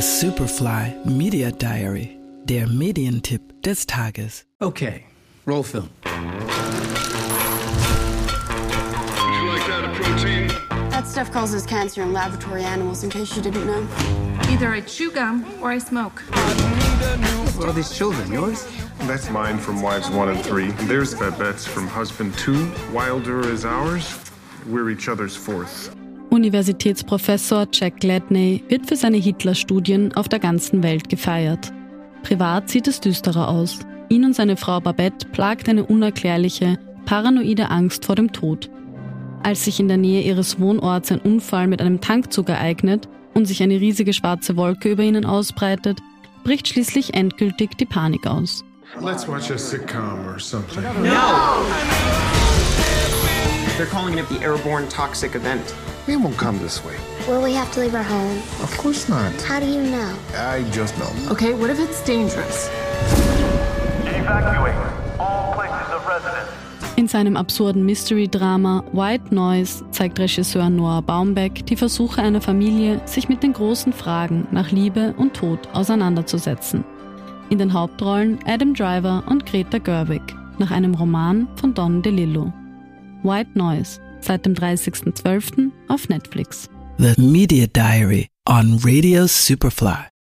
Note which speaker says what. Speaker 1: Superfly Media Diary, der Medientipp des Tages.
Speaker 2: Okay, roll film.
Speaker 3: Would you like that a protein?
Speaker 4: That stuff causes cancer in laboratory animals, in case you didn't know.
Speaker 5: Either I chew gum or I smoke.
Speaker 2: What are these children? Yours?
Speaker 3: That's mine from wives one and three. There's Babette's from husband two. Wilder is ours. We're each other's fourth.
Speaker 6: Universitätsprofessor Jack Gladney wird für seine Hitler-Studien auf der ganzen Welt gefeiert. Privat sieht es düsterer aus. Ihn und seine Frau Babette plagt eine unerklärliche, paranoide Angst vor dem Tod. Als sich in der Nähe ihres Wohnorts ein Unfall mit einem Tankzug ereignet und sich eine riesige schwarze Wolke über ihnen ausbreitet, bricht schließlich endgültig die Panik aus.
Speaker 3: Let's watch a sitcom or something.
Speaker 7: They're calling it the airborne toxic event.
Speaker 8: They won't come this way.
Speaker 9: Will we have to leave our home?
Speaker 8: Of course not.
Speaker 9: How do you know?
Speaker 8: I just know.
Speaker 5: Okay, what if it's dangerous?
Speaker 10: Evacuate all places of residence.
Speaker 6: In seinem absurden Mystery-Drama White Noise zeigt Regisseur Noah Baumbeck die Versuche einer Familie, sich mit den großen Fragen nach Liebe und Tod auseinanderzusetzen. In den Hauptrollen Adam Driver und Greta Gerwig, nach einem Roman von Don DeLillo. White Noise, seit dem 30.12. auf Netflix.
Speaker 1: The Media Diary on Radio Superfly.